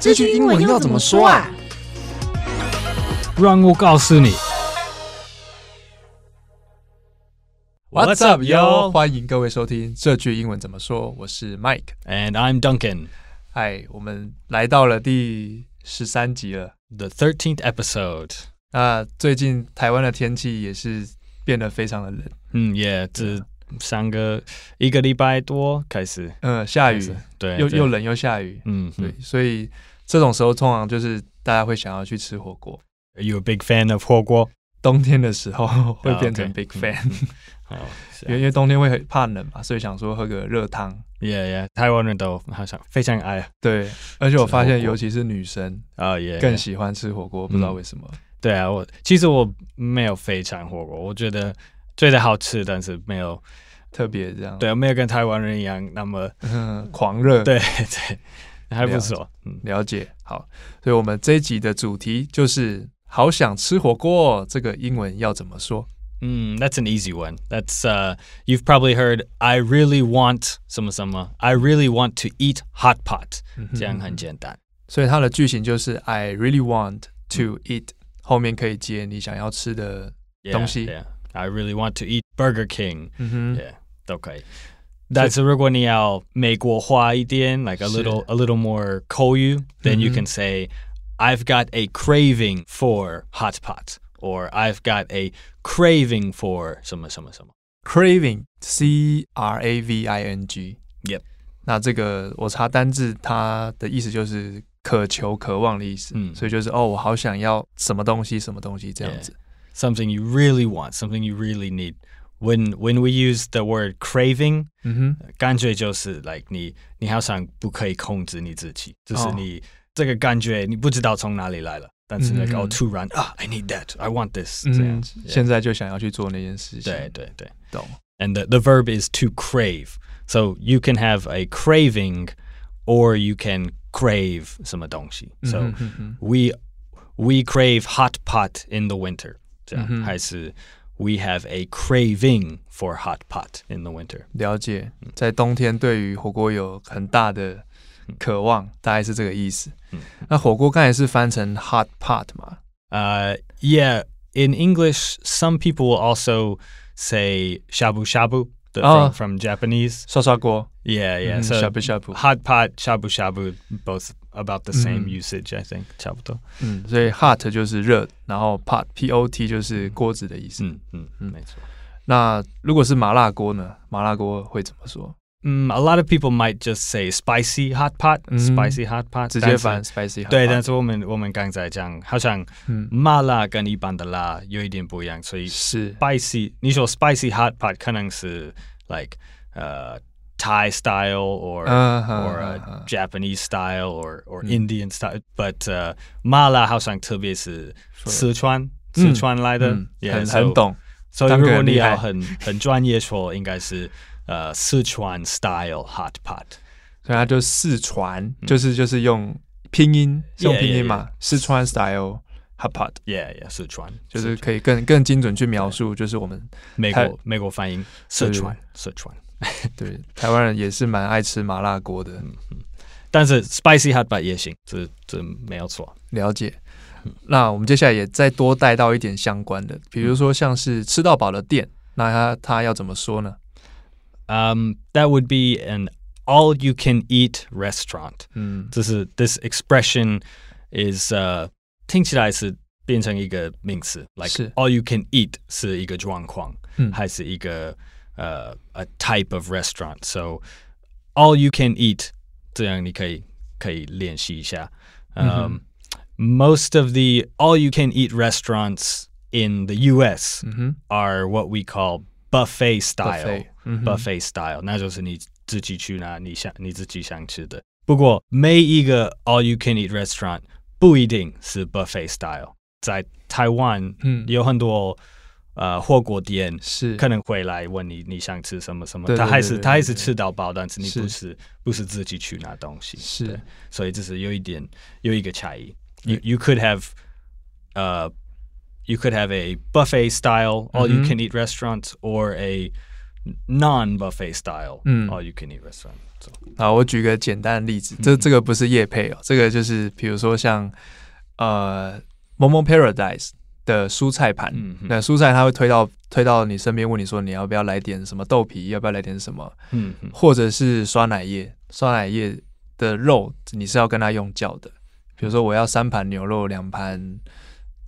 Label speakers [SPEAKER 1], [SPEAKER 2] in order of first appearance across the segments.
[SPEAKER 1] 这句英文要怎么说啊？
[SPEAKER 2] 让我告诉你。
[SPEAKER 3] What's up, yo？欢迎各位收听这句英文怎么说。我是 Mike。
[SPEAKER 2] And I'm Duncan,
[SPEAKER 3] 嗨，我们来到了第十三集了。
[SPEAKER 2] the 13th episode.
[SPEAKER 3] 那最近台湾的天气也是变得非常的冷，
[SPEAKER 2] 嗯，也这三个一个礼拜多开始，
[SPEAKER 3] 嗯，下雨，
[SPEAKER 2] 对，
[SPEAKER 3] 又
[SPEAKER 2] 对
[SPEAKER 3] 又，冷又下雨，
[SPEAKER 2] 嗯，
[SPEAKER 3] 对
[SPEAKER 2] 对。，
[SPEAKER 3] 所以这种时候通常就是大家会想要去吃火锅。
[SPEAKER 2] Are you a big fan of 火锅？
[SPEAKER 3] 冬天的时候会变成
[SPEAKER 2] OK，
[SPEAKER 3] big fan，、
[SPEAKER 2] 嗯 好是
[SPEAKER 3] 因为
[SPEAKER 2] 啊
[SPEAKER 3] 因为冬天会很怕冷嘛，所以想说喝个热汤。
[SPEAKER 2] ，Yeah，Yeah，台湾人都好像非常爱啊
[SPEAKER 3] 对，而且我发
[SPEAKER 2] 吃火
[SPEAKER 3] 现，
[SPEAKER 2] 锅
[SPEAKER 3] 尤其是女生
[SPEAKER 2] 啊，Yeah，
[SPEAKER 3] 更
[SPEAKER 2] yeah
[SPEAKER 3] 喜欢吃火锅，不知道
[SPEAKER 2] 嗯
[SPEAKER 3] 为什么。
[SPEAKER 2] 对啊，我其实我没有非常火锅，我觉得觉得好吃，但是没有
[SPEAKER 3] 特别这样，
[SPEAKER 2] 对，没有跟台湾人一样那么
[SPEAKER 3] 嗯，狂热，
[SPEAKER 2] 对对，还不错，嗯，
[SPEAKER 3] 了解。好，所以我们这一集的主题就是“好想吃火锅、哦”，这个英文要怎么说？
[SPEAKER 2] Mm, that's an easy one. That's uh, you've probably heard. I really want some some. I really want to eat hot pot. 这样很简单。
[SPEAKER 3] 所以它的句型就是 “I really want to eat”，后面可以接你想要吃的。
[SPEAKER 2] Yeah,
[SPEAKER 3] 东西。
[SPEAKER 2] yeah. I really want to eat Burger King.
[SPEAKER 3] 嗯哼
[SPEAKER 2] Yeah, okay. That's 如果你要美国化一点, like a
[SPEAKER 3] 是。
[SPEAKER 2] little a little more 口语, then you can say, I've got a craving for hot pot, or I've got a craving for 什么什么什么。
[SPEAKER 3] ，craving c r a v i n g。
[SPEAKER 2] Yep
[SPEAKER 3] 那这个我查单字，它的意思就是渴求、渴望的意思。
[SPEAKER 2] 嗯
[SPEAKER 3] 所以就是哦，我好想要什么东西，什么东西这样子。
[SPEAKER 2] something you really want, something you really need. When when we use the word craving,
[SPEAKER 3] 嗯哼。
[SPEAKER 2] 感觉就是 like 你你好像不可以控制你自己，就是
[SPEAKER 3] 哦。
[SPEAKER 2] 你、这个感觉你不知道从哪里来了，但是那个、
[SPEAKER 3] 嗯，嗯，嗯。
[SPEAKER 2] 突然啊，I need that, I want this
[SPEAKER 3] 嗯，
[SPEAKER 2] 这样。
[SPEAKER 3] 现在就想要去做那件事情。，懂。
[SPEAKER 2] And the, the verb is to crave. So you can have a craving or you can crave 什么东西. So
[SPEAKER 3] 嗯哼哼
[SPEAKER 2] we we crave hot pot in the winter. 这样，
[SPEAKER 3] 嗯哼。
[SPEAKER 2] 还是 we have a craving for hot pot in the winter.
[SPEAKER 3] 了解，在冬天对于火锅有很大的渴望，大概是这个意思。那火锅刚才是翻成 hot pot 嘛？
[SPEAKER 2] Uh, yeah, in English, some people will also say shabu shabu the,
[SPEAKER 3] Oh.
[SPEAKER 2] from, from Japanese.
[SPEAKER 3] 涮涮锅，
[SPEAKER 2] Yeah, yeah.
[SPEAKER 3] 嗯
[SPEAKER 2] so
[SPEAKER 3] 呷哺呷哺
[SPEAKER 2] hot pot, shabu shabu, both about the same
[SPEAKER 3] 嗯。
[SPEAKER 2] usage, I think. 差不多。
[SPEAKER 3] 嗯，所以 hot 就是热，然后 pot p o t 就是锅子的意思。嗯。
[SPEAKER 2] Mm-hmm.
[SPEAKER 3] 那如果是麻辣锅呢？麻辣锅会怎么说？
[SPEAKER 2] Mm, 嗯，a lot of people might just say spicy hot pot,
[SPEAKER 3] 嗯。
[SPEAKER 2] spicy hot pot，
[SPEAKER 3] 直接
[SPEAKER 2] 但是
[SPEAKER 3] 翻 spicy hot pot。
[SPEAKER 2] 对，但是我们我们刚才讲，好像
[SPEAKER 3] 嗯
[SPEAKER 2] 麻辣跟一般的辣有一点不一样，所以
[SPEAKER 3] 是
[SPEAKER 2] spicy，你说 spicy hot pot 可能是 like 呃、Thai style or、
[SPEAKER 3] 嗯哼
[SPEAKER 2] or
[SPEAKER 3] 哼
[SPEAKER 2] a
[SPEAKER 3] 哼
[SPEAKER 2] Japanese style or or
[SPEAKER 3] Mm.
[SPEAKER 2] Indian style，but、呃麻辣好像特别是四川四川来的，
[SPEAKER 3] 嗯
[SPEAKER 2] yeah，
[SPEAKER 3] 很
[SPEAKER 2] so-
[SPEAKER 3] 很懂。
[SPEAKER 2] 所以
[SPEAKER 3] 当个
[SPEAKER 2] 如果你
[SPEAKER 3] 厉害
[SPEAKER 2] 要很很专业说，应该是呃四川 style hot pot。
[SPEAKER 3] 所以它就四川，就是就是用拼音，是用
[SPEAKER 2] Yeah,
[SPEAKER 3] 拼音
[SPEAKER 2] yeah,
[SPEAKER 3] 嘛，四川 style hot pot，
[SPEAKER 2] Yeah, yeah，四川
[SPEAKER 3] 就是可以更更精准去描述，就是我们
[SPEAKER 2] 美
[SPEAKER 3] 它
[SPEAKER 2] 国美国发音，四川四川。
[SPEAKER 3] 对台湾人也是蛮爱吃麻辣锅的，
[SPEAKER 2] 嗯但是 spicy hot pot 也行，这这没有错。
[SPEAKER 3] 了解。
[SPEAKER 2] 嗯
[SPEAKER 3] 那我们接下来也再多带到一点相关的，比
[SPEAKER 2] 嗯
[SPEAKER 3] 如说像是吃到饱的店，那它它要怎么说呢？
[SPEAKER 2] Um, that would be an all-you-can-eat restaurant.
[SPEAKER 3] 嗯
[SPEAKER 2] 这是 this expression is uh, 呃、听起来是变成一个名词，like
[SPEAKER 3] 是
[SPEAKER 2] all you can eat 是一个状况，
[SPEAKER 3] 嗯
[SPEAKER 2] 还是一个呃、a type of restaurant。So all you can eat 这样你可以可以练习一下。
[SPEAKER 3] Mm-hmm.
[SPEAKER 2] 嗯、Most of the all you can eat restaurants in the U.S.
[SPEAKER 3] 嗯哼，
[SPEAKER 2] are what we call buffet style
[SPEAKER 3] Mm-hmm. Buffet，嗯哼 Mm-hmm.
[SPEAKER 2] style，、那就是你自己去拿你想你自己想吃的。不过每一个 all you can eat restaurant 不一定是 buffet style，在台湾
[SPEAKER 3] 嗯。
[SPEAKER 2] 有很多呃火锅店。
[SPEAKER 3] 是
[SPEAKER 2] 可能会来问你你想吃什么什么，
[SPEAKER 3] 对对
[SPEAKER 2] 他还是
[SPEAKER 3] 对对
[SPEAKER 2] 他还
[SPEAKER 3] 对
[SPEAKER 2] 是吃到饱，但是你
[SPEAKER 3] 是
[SPEAKER 2] 不是不是自己去拿东西，
[SPEAKER 3] 是
[SPEAKER 2] 对，所以这是有一点有一个差异。You you could have uh, 呃、you could have a buffet style all you can eat restaurant or a non buffet style
[SPEAKER 3] 嗯
[SPEAKER 2] all you can eat restaurant。So
[SPEAKER 3] 啊，我举个简单的例子，
[SPEAKER 2] 嗯
[SPEAKER 3] 这这个不是夜配哦，这个就是比如说像呃，Momo Paradise 的蔬菜盘，
[SPEAKER 2] 嗯哼
[SPEAKER 3] 那蔬菜它会推到推到你身边，问你说你要不要来点什么豆皮，要不要来点什么，
[SPEAKER 2] 嗯嗯
[SPEAKER 3] 或者是酸奶液，酸奶液的肉你是要跟他用叫的，比如说我要三盘牛肉，两盘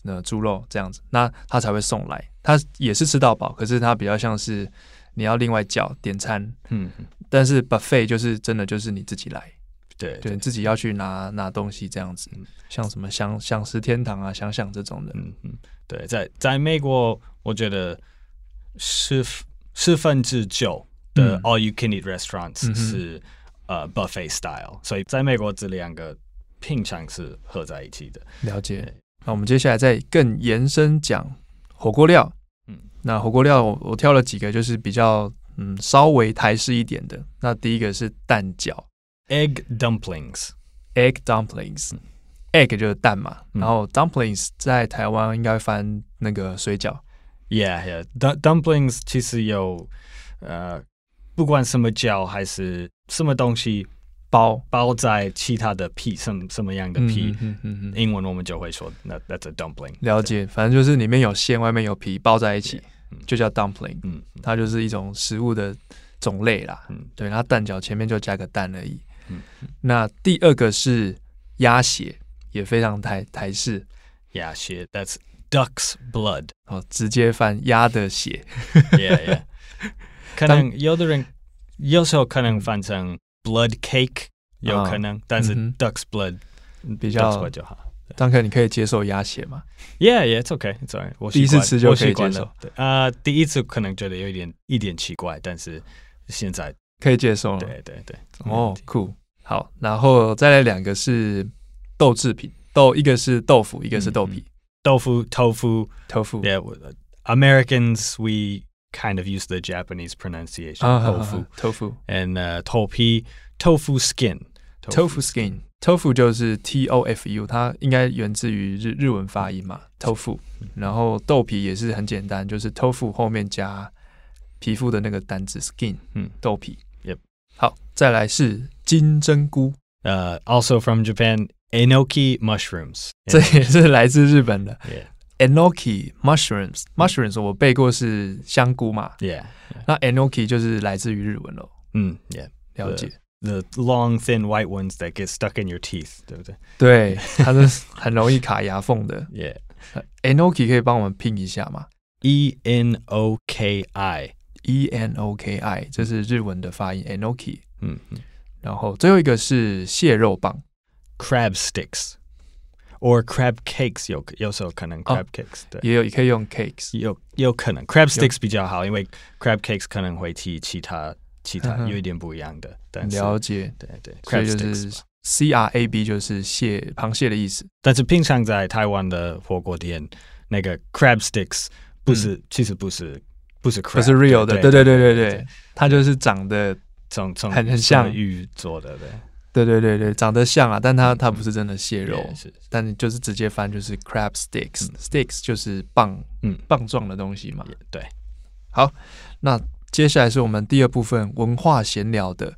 [SPEAKER 3] 呃猪肉这样子，那他才会送来，他也是吃到饱，可是他比较像是你要另外叫点餐，
[SPEAKER 2] 嗯嗯，
[SPEAKER 3] 但是 buffet 就是真的就是你自己来。
[SPEAKER 2] 对
[SPEAKER 3] 对，自己要去拿拿东西这样子，像什么想想食天堂啊、想想这种的，
[SPEAKER 2] 嗯嗯，对，在在美国，我觉得四四分之九的
[SPEAKER 3] 嗯
[SPEAKER 2] all you can eat restaurants、
[SPEAKER 3] 嗯哼
[SPEAKER 2] 是呃 buffet style，所以在美国这两个平常是合在一起的。
[SPEAKER 3] 了解
[SPEAKER 2] 对。
[SPEAKER 3] 那我们接下来再更延伸讲火锅料。嗯
[SPEAKER 2] 嗯，
[SPEAKER 3] 那火锅料我我挑了几个，就是比较嗯稍微台式一点的。那第一个是蛋饺
[SPEAKER 2] Egg dumplings，
[SPEAKER 3] （egg dumplings）。egg 就是蛋嘛，
[SPEAKER 2] 嗯
[SPEAKER 3] 然后 dumplings 在台湾应该翻那个水饺。
[SPEAKER 2] Yeah, yeah. Dum- dumplings 其实有呃，不管什么饺还是什么东西包包在其他的皮什么什么样的皮，
[SPEAKER 3] 嗯嗯嗯嗯，
[SPEAKER 2] 英文我们就会说那 that's a dumpling。
[SPEAKER 3] 了解，反正就是里面有馅，外面有皮，包在一起
[SPEAKER 2] 嗯
[SPEAKER 3] 就叫 dumpling。
[SPEAKER 2] 嗯嗯
[SPEAKER 3] 它就是一种食物的种类啦。
[SPEAKER 2] 嗯
[SPEAKER 3] 对，它蛋饺前面就加个蛋而已。
[SPEAKER 2] 嗯
[SPEAKER 3] 那第二个是鸭血，也非常台台式
[SPEAKER 2] ，Yeah, shit. That's duck's blood.
[SPEAKER 3] 哦，直接翻鸭的血。
[SPEAKER 2] Yeah, yeah. 可能有的人有时候可能翻成 blood cake，有
[SPEAKER 3] 啊
[SPEAKER 2] 可能，但是
[SPEAKER 3] 嗯哼
[SPEAKER 2] duck's blood
[SPEAKER 3] 比
[SPEAKER 2] duck's
[SPEAKER 3] 较
[SPEAKER 2] blood 就好。
[SPEAKER 3] 张克，你可以接受鸭血吗？
[SPEAKER 2] Yeah, yeah, it's okay, it's alright. 我
[SPEAKER 3] 第一
[SPEAKER 2] 习
[SPEAKER 3] 次
[SPEAKER 2] 惯
[SPEAKER 3] 吃就
[SPEAKER 2] 我
[SPEAKER 3] 可以
[SPEAKER 2] 习惯
[SPEAKER 3] 接
[SPEAKER 2] 了。对啊、第一次可能觉得有一点一点奇怪，但是现在
[SPEAKER 3] 可以接受了。
[SPEAKER 2] 对对对。
[SPEAKER 3] 哦，酷。好，然后再来两个是豆制品，豆一个是豆腐，一个是豆皮，
[SPEAKER 2] 豆腐 tofu,
[SPEAKER 3] 豆腐。
[SPEAKER 2] yeah. w- Americans we kind of use the Japanese pronunciation
[SPEAKER 3] 啊，
[SPEAKER 2] tofu
[SPEAKER 3] 好好好豆腐
[SPEAKER 2] and uh, 头皮 tofu skin.
[SPEAKER 3] tofu skin。tofu 就是 T O F E U，它应该源自于日日文发音嘛，tofu。然后豆皮也是很简单，就是 tofu 后面加皮肤的那个单字 skin，
[SPEAKER 2] 嗯
[SPEAKER 3] 豆皮。
[SPEAKER 2] Yep
[SPEAKER 3] 好，再来是金针菇，
[SPEAKER 2] Uh, also from Japan, enoki mushrooms.
[SPEAKER 3] 这也是来自日本的
[SPEAKER 2] yeah,
[SPEAKER 3] enoki mushrooms。mushrooms 我背过是香菇嘛，
[SPEAKER 2] yeah.
[SPEAKER 3] 那 enoki 就是来自于日文咯，
[SPEAKER 2] Mm, yeah.
[SPEAKER 3] 了解。
[SPEAKER 2] The long, thin white ones that get stuck in your teeth. 对不对？
[SPEAKER 3] 对，它是很容易卡牙缝的。
[SPEAKER 2] Yeah.
[SPEAKER 3] enoki 可以帮我们拼一下吗？
[SPEAKER 2] E N O K I.
[SPEAKER 3] E N O K I，这是日文的发音 enoki。
[SPEAKER 2] 嗯，嗯。
[SPEAKER 3] 然后最后一个是蟹肉棒
[SPEAKER 2] crab sticks or crab cakes 有-有时候可能 crab cakes 对。
[SPEAKER 3] 哦也有，也可以用 cakes。
[SPEAKER 2] 有-有可能 crab sticks 比较好，因为 crab cakes 可能会提其他-其他
[SPEAKER 3] 嗯哼。
[SPEAKER 2] 有一点不一样的，但是-
[SPEAKER 3] 了解，
[SPEAKER 2] 对，对，
[SPEAKER 3] 所
[SPEAKER 2] crab
[SPEAKER 3] 以就
[SPEAKER 2] sticks
[SPEAKER 3] 是 C R A B 就是蟹螃蟹的意思。
[SPEAKER 2] 吧。但是平常在台湾的火锅店，那个 crab sticks 不是-其实不是-不是 crab，
[SPEAKER 3] 嗯不是 real 的，
[SPEAKER 2] 对，
[SPEAKER 3] 对对对对对
[SPEAKER 2] 对，
[SPEAKER 3] 它就是长得，
[SPEAKER 2] 从-从-
[SPEAKER 3] 很-很
[SPEAKER 2] 从
[SPEAKER 3] 像。
[SPEAKER 2] 鱼做的，对。
[SPEAKER 3] 对对对对，长得像啊，但它它不是真的蟹肉，
[SPEAKER 2] 是-
[SPEAKER 3] 但你就是直接翻就是 crab sticks，sticks 就是棒，
[SPEAKER 2] 嗯
[SPEAKER 3] 棒状的东西嘛。
[SPEAKER 2] 对。
[SPEAKER 3] 那接下来是我们第二部分文化闲聊的。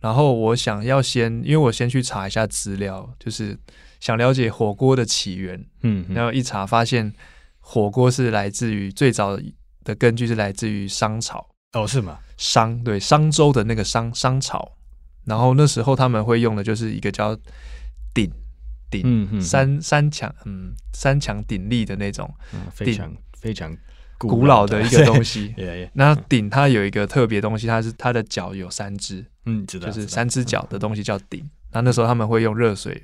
[SPEAKER 3] 然后我想要先，因为我先去查一下资料，就是想了解火锅的起源。
[SPEAKER 2] 嗯，嗯，
[SPEAKER 3] 然后一查发现，火锅是来自于最早的根据是来自于商朝，
[SPEAKER 2] 哦，是吗？
[SPEAKER 3] 商对商周的那个商商朝。然后那时候他们会用的就是一个叫鼎鼎、
[SPEAKER 2] 嗯，嗯，嗯，
[SPEAKER 3] 三三强，嗯，三强鼎立的那种
[SPEAKER 2] 嗯，
[SPEAKER 3] 鼎。
[SPEAKER 2] 非常-非常古
[SPEAKER 3] 古老的
[SPEAKER 2] 老的，。
[SPEAKER 3] 一个东西
[SPEAKER 2] Yeah, yeah，
[SPEAKER 3] 那鼎它有一个特别东西，它是它的脚有三只，
[SPEAKER 2] 嗯，知道，
[SPEAKER 3] 就是
[SPEAKER 2] 知道。嗯
[SPEAKER 3] 三只脚的东西叫鼎。那那时候他们会用热水，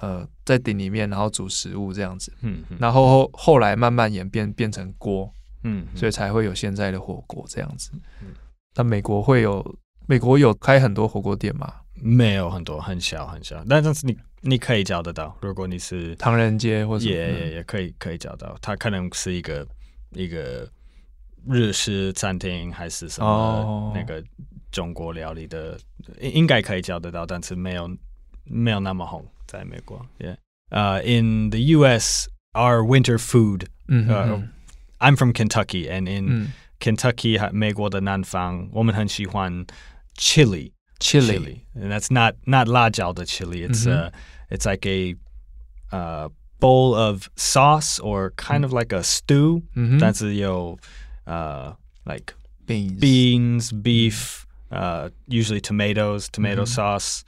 [SPEAKER 3] 呃，在鼎里面然后煮食物这样子。
[SPEAKER 2] 嗯，嗯，
[SPEAKER 3] 然后后后来慢慢演变变成锅，
[SPEAKER 2] 嗯，
[SPEAKER 3] 所以才会有现在的火锅这样子
[SPEAKER 2] 嗯。
[SPEAKER 3] 那美国会有美国有开很多火锅店嘛？
[SPEAKER 2] 没有很多，很小很小，但但是你你可以找得到，如果你是
[SPEAKER 3] 唐人街或者
[SPEAKER 2] 也也也可以可以找到，它可能是一个一个日式餐厅还是什
[SPEAKER 3] 哦
[SPEAKER 2] 么那个中国料理的，应应该可以找得到，但是没有没有那么红，在美国。Yeah，呃、i n the U.S. our winter food.
[SPEAKER 3] 嗯嗯
[SPEAKER 2] 呃
[SPEAKER 3] 嗯
[SPEAKER 2] I'm from Kentucky, and in
[SPEAKER 3] 嗯
[SPEAKER 2] Kentucky Kentucky 还美国的南方，我们很喜欢 chili
[SPEAKER 3] chili
[SPEAKER 2] and that's not not 辣椒的 chili. It's uh it's like a uh bowl of sauce or kind of like a stew.
[SPEAKER 3] 嗯哼。
[SPEAKER 2] 但是有 uh like
[SPEAKER 3] beans
[SPEAKER 2] beans, beef, uh usually tomatoes, tomato sauce.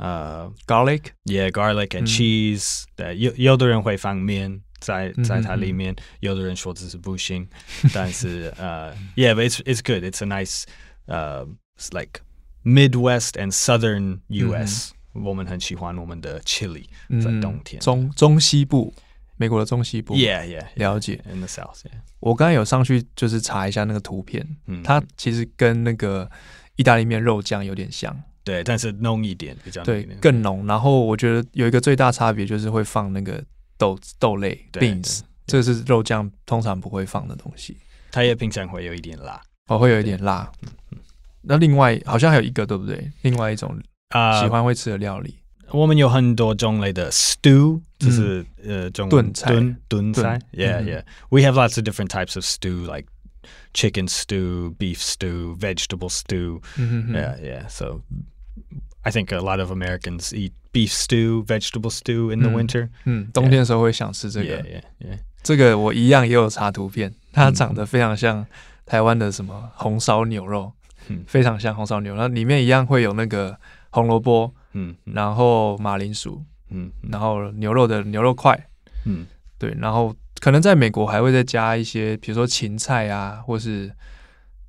[SPEAKER 2] Uh,
[SPEAKER 3] garlic
[SPEAKER 2] yeah, garlic and
[SPEAKER 3] Mm.
[SPEAKER 2] cheese. 对，有-有的人会放面在-在它里面，有的人说这是不行， 但是，呃，yeah, but it's it's good. It's a nice, uh, it's like Midwest and Southern U.S.
[SPEAKER 3] Mm-hmm.
[SPEAKER 2] 我们很喜欢我们的 chili 在冬天。
[SPEAKER 3] 嗯中中西部美国的中西部
[SPEAKER 2] Yeah, yeah, yeah,
[SPEAKER 3] 了解。
[SPEAKER 2] in the South. Yeah.
[SPEAKER 3] 我刚才有上去就是查一下那个图片，
[SPEAKER 2] 嗯
[SPEAKER 3] 它其实跟那个意大利面肉酱有点像，
[SPEAKER 2] 对，但是浓一点，比较
[SPEAKER 3] 对，
[SPEAKER 2] 浓一点。
[SPEAKER 3] 更浓。然后我觉得有一个最大差别就是会放那个豆豆类
[SPEAKER 2] 对
[SPEAKER 3] beans，这是肉酱通常不会放的东西，
[SPEAKER 2] 它也平常会有一点辣。
[SPEAKER 3] 哦，会有一点辣。那另外好像还有一个对不对？另外一种
[SPEAKER 2] 啊，
[SPEAKER 3] 喜欢会吃的料理，
[SPEAKER 2] 我们有很多种类的 stew，就是、呃中
[SPEAKER 3] 炖菜
[SPEAKER 2] 炖炖菜
[SPEAKER 3] 炖
[SPEAKER 2] ，yeah
[SPEAKER 3] 嗯
[SPEAKER 2] yeah。We have lots of different types of stew, like chicken stew, beef stew, vegetable stew.
[SPEAKER 3] 嗯哼
[SPEAKER 2] Yeah yeah. So I think a lot of Americans eat beef stew, vegetable stew in the
[SPEAKER 3] 嗯
[SPEAKER 2] winter.
[SPEAKER 3] 嗯，冬天的时候会想吃这
[SPEAKER 2] Yeah
[SPEAKER 3] 个。
[SPEAKER 2] yeah yeah.
[SPEAKER 3] 这个我一样也有查图片，它长得非常像台湾的什么红烧牛肉，
[SPEAKER 2] 嗯
[SPEAKER 3] 非常像红烧牛肉，然后里面一样会有那个红萝卜，
[SPEAKER 2] 嗯嗯
[SPEAKER 3] 然后马铃薯，
[SPEAKER 2] 嗯
[SPEAKER 3] 然后牛肉的牛肉块，
[SPEAKER 2] 嗯
[SPEAKER 3] 对，然后可能在美国还会再加一些，比如说芹菜啊，或是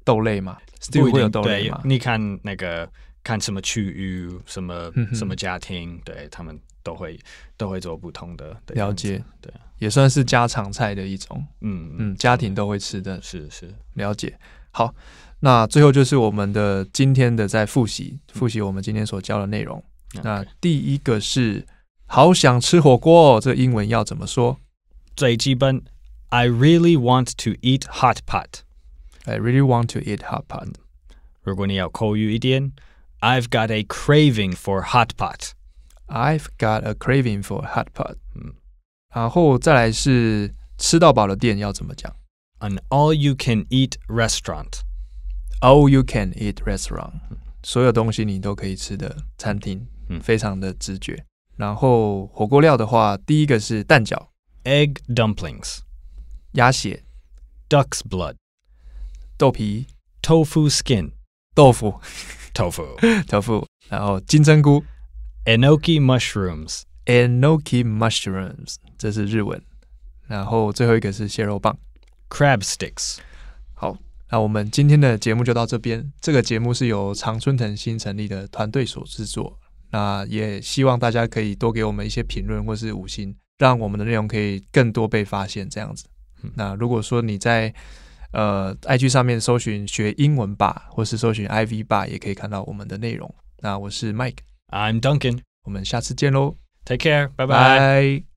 [SPEAKER 3] 豆类嘛
[SPEAKER 2] 不
[SPEAKER 3] ，stew
[SPEAKER 2] 一
[SPEAKER 3] 会有
[SPEAKER 2] 定
[SPEAKER 3] 豆类
[SPEAKER 2] 对
[SPEAKER 3] 嘛，，
[SPEAKER 2] 你看那个看什么区域、什么
[SPEAKER 3] 嗯哼
[SPEAKER 2] 什么家庭，对他们都会都会做不同的。的
[SPEAKER 3] 了
[SPEAKER 2] 样子
[SPEAKER 3] 解，
[SPEAKER 2] 对啊，
[SPEAKER 3] 也算是家常菜的一种，
[SPEAKER 2] 嗯嗯，
[SPEAKER 3] 嗯，家庭都会吃的
[SPEAKER 2] 是是。
[SPEAKER 3] 了解。好，那最后就是我们的今天的在复习，复习我们今天所教的内容。那第一个是好想吃火锅、哦，这英文要怎么说
[SPEAKER 2] 最基本 I really want to eat hot pot.
[SPEAKER 3] ？I really want to eat hot pot。
[SPEAKER 2] 如果你要口语一点 I've got a craving for hot pot.
[SPEAKER 3] I've got a craving for hot pot。
[SPEAKER 2] 嗯
[SPEAKER 3] 然后再来是吃到饱的店要怎么讲
[SPEAKER 2] An all-you-can-eat restaurant.
[SPEAKER 3] ？All？Oh, you can eat restaurant，所有东西你都可以吃的餐厅，
[SPEAKER 2] 嗯
[SPEAKER 3] 非常的直觉。然后火锅料的话，第一个是蛋饺、
[SPEAKER 2] Egg dumplings.
[SPEAKER 3] 鸭血、
[SPEAKER 2] Duck's blood.
[SPEAKER 3] 豆皮、
[SPEAKER 2] Tofu skin.
[SPEAKER 3] 豆腐。
[SPEAKER 2] Tofu.
[SPEAKER 3] 豆腐，然后金针菇
[SPEAKER 2] Enoki mushrooms.
[SPEAKER 3] （enoki mushrooms），这是日文。然后最后一个是蟹肉棒。
[SPEAKER 2] Crab sticks.
[SPEAKER 3] 好，那我们今天的节目就到这边。这个节目是由常春藤新成立的团队所制作。那也希望大家可以多给我们一些评论或是五星，让我们的内容可以更多被发现。这样子
[SPEAKER 2] 嗯。
[SPEAKER 3] 那如果说你在呃 IG 上面搜寻学英文吧，或是搜寻 IV 吧，也可以看到我们的内容。那我是 Mike，
[SPEAKER 2] I'm Duncan.
[SPEAKER 3] 我们下次见喽，
[SPEAKER 2] Take care. Bye bye.
[SPEAKER 3] 拜拜